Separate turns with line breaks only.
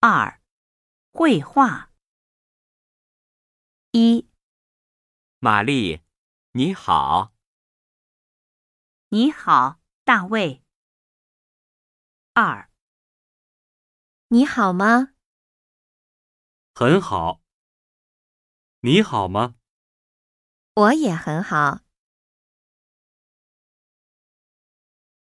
二、绘画。一、
玛丽，你好，
你好，大卫。二、
你好吗？
很好。你好吗？
我也很好。